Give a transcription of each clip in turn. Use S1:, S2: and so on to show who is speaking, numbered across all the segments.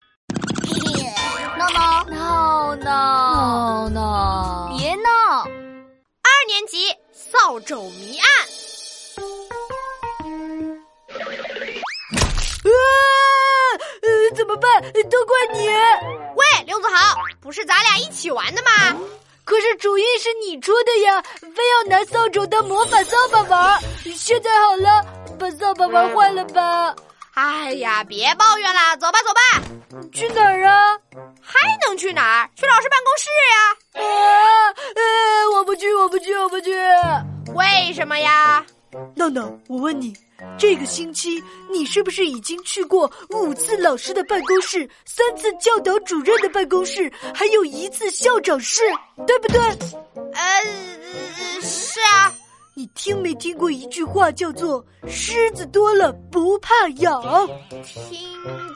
S1: 啊
S2: 扫帚谜案。
S1: 啊，呃，怎么办？都怪你！
S2: 喂，刘子豪，不是咱俩一起玩的吗？
S1: 可是主意是你出的呀，非要拿扫帚当魔法扫把玩儿。现在好了，把扫把玩坏了吧？
S2: 哎呀，别抱怨啦，走吧走吧，
S1: 去哪儿啊？
S2: 还能去哪儿？去老师办公室呀。
S1: 啊，呃，我不去，我不去，我不去。
S2: 为什么呀？
S1: 闹闹，我问你，这个星期你是不是已经去过五次老师的办公室、三次教导主任的办公室，还有一次校长室，对不对？
S2: 呃，是啊，
S1: 你听没听过一句话叫做“虱子多了不怕痒
S2: 听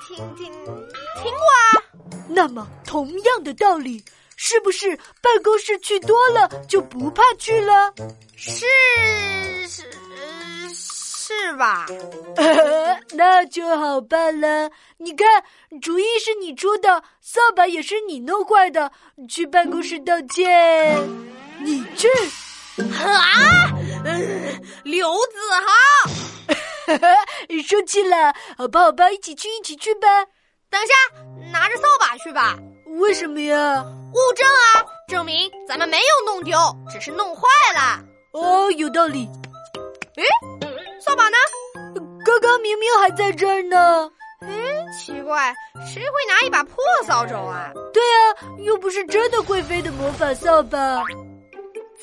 S2: 听听听过啊。”？
S1: 那么同样的道理，是不是办公室去多了就不怕去了？
S2: 是是呃是吧？
S1: 那就好办了。你看，主意是你出的，扫把也是你弄坏的，去办公室道歉。你去，
S2: 啊，刘子豪，
S1: 生气了？好吧，好吧，一起去，一起去吧。
S2: 等一下，拿着扫把去吧。
S1: 为什么呀？
S2: 物证啊，证明咱们没有弄丢，只是弄坏了。
S1: 哦，有道理。
S2: 扫把呢？
S1: 刚刚明明还在这儿呢。
S2: 奇怪，谁会拿一把破扫帚啊？
S1: 对呀、又不是真的会飞的魔法扫把。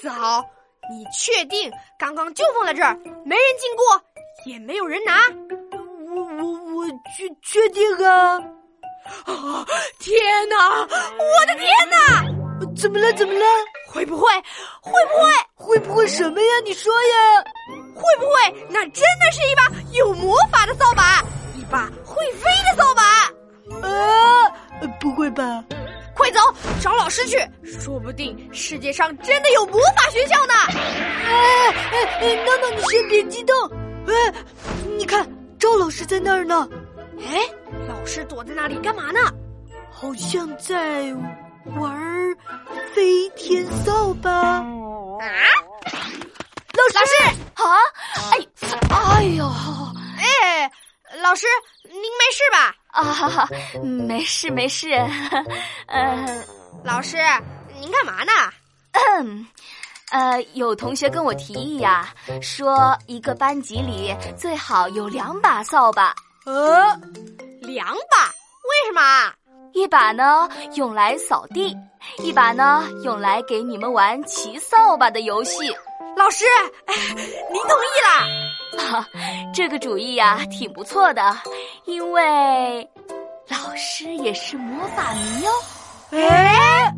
S2: 子豪，你确定刚刚就放在这儿，没人经过，也没有人拿？
S1: 我我我确确定啊！
S2: 天哪，我的天哪！
S1: 怎么了？怎么了？
S2: 会不会？会不会？
S1: 会不会什么呀？你说呀？
S2: 会不会那真的是一把有魔法的扫把，一把会飞的扫把？
S1: 啊，呃不会吧？
S2: 快走，找老师去，说不定世界上真的有魔法学校呢！
S1: 哎哎哎，闹闹，你先别激动。哎，你看，赵老师在那儿呢，
S2: 哎，老师躲在那里干嘛呢？
S1: 好像在玩儿飞天扫把。
S2: 啊，
S1: 老师，
S2: 老师，
S1: 啊，哎，哎呦，
S2: 哎，老师，您没事吧？
S3: 啊，没事没事， 呃
S2: 老师，您干嘛呢？
S3: 呃，有同学跟我提议呀、说一个班级里最好有两把扫把，
S1: 啊，
S2: 两把？为什么啊？
S3: 一把呢用来扫地，一把呢用来给你们玩骑扫把的游戏。
S2: 老师，哎您同意啦？
S3: 这个主意呀、挺不错的，因为老师也是魔法迷哦。
S1: 哎，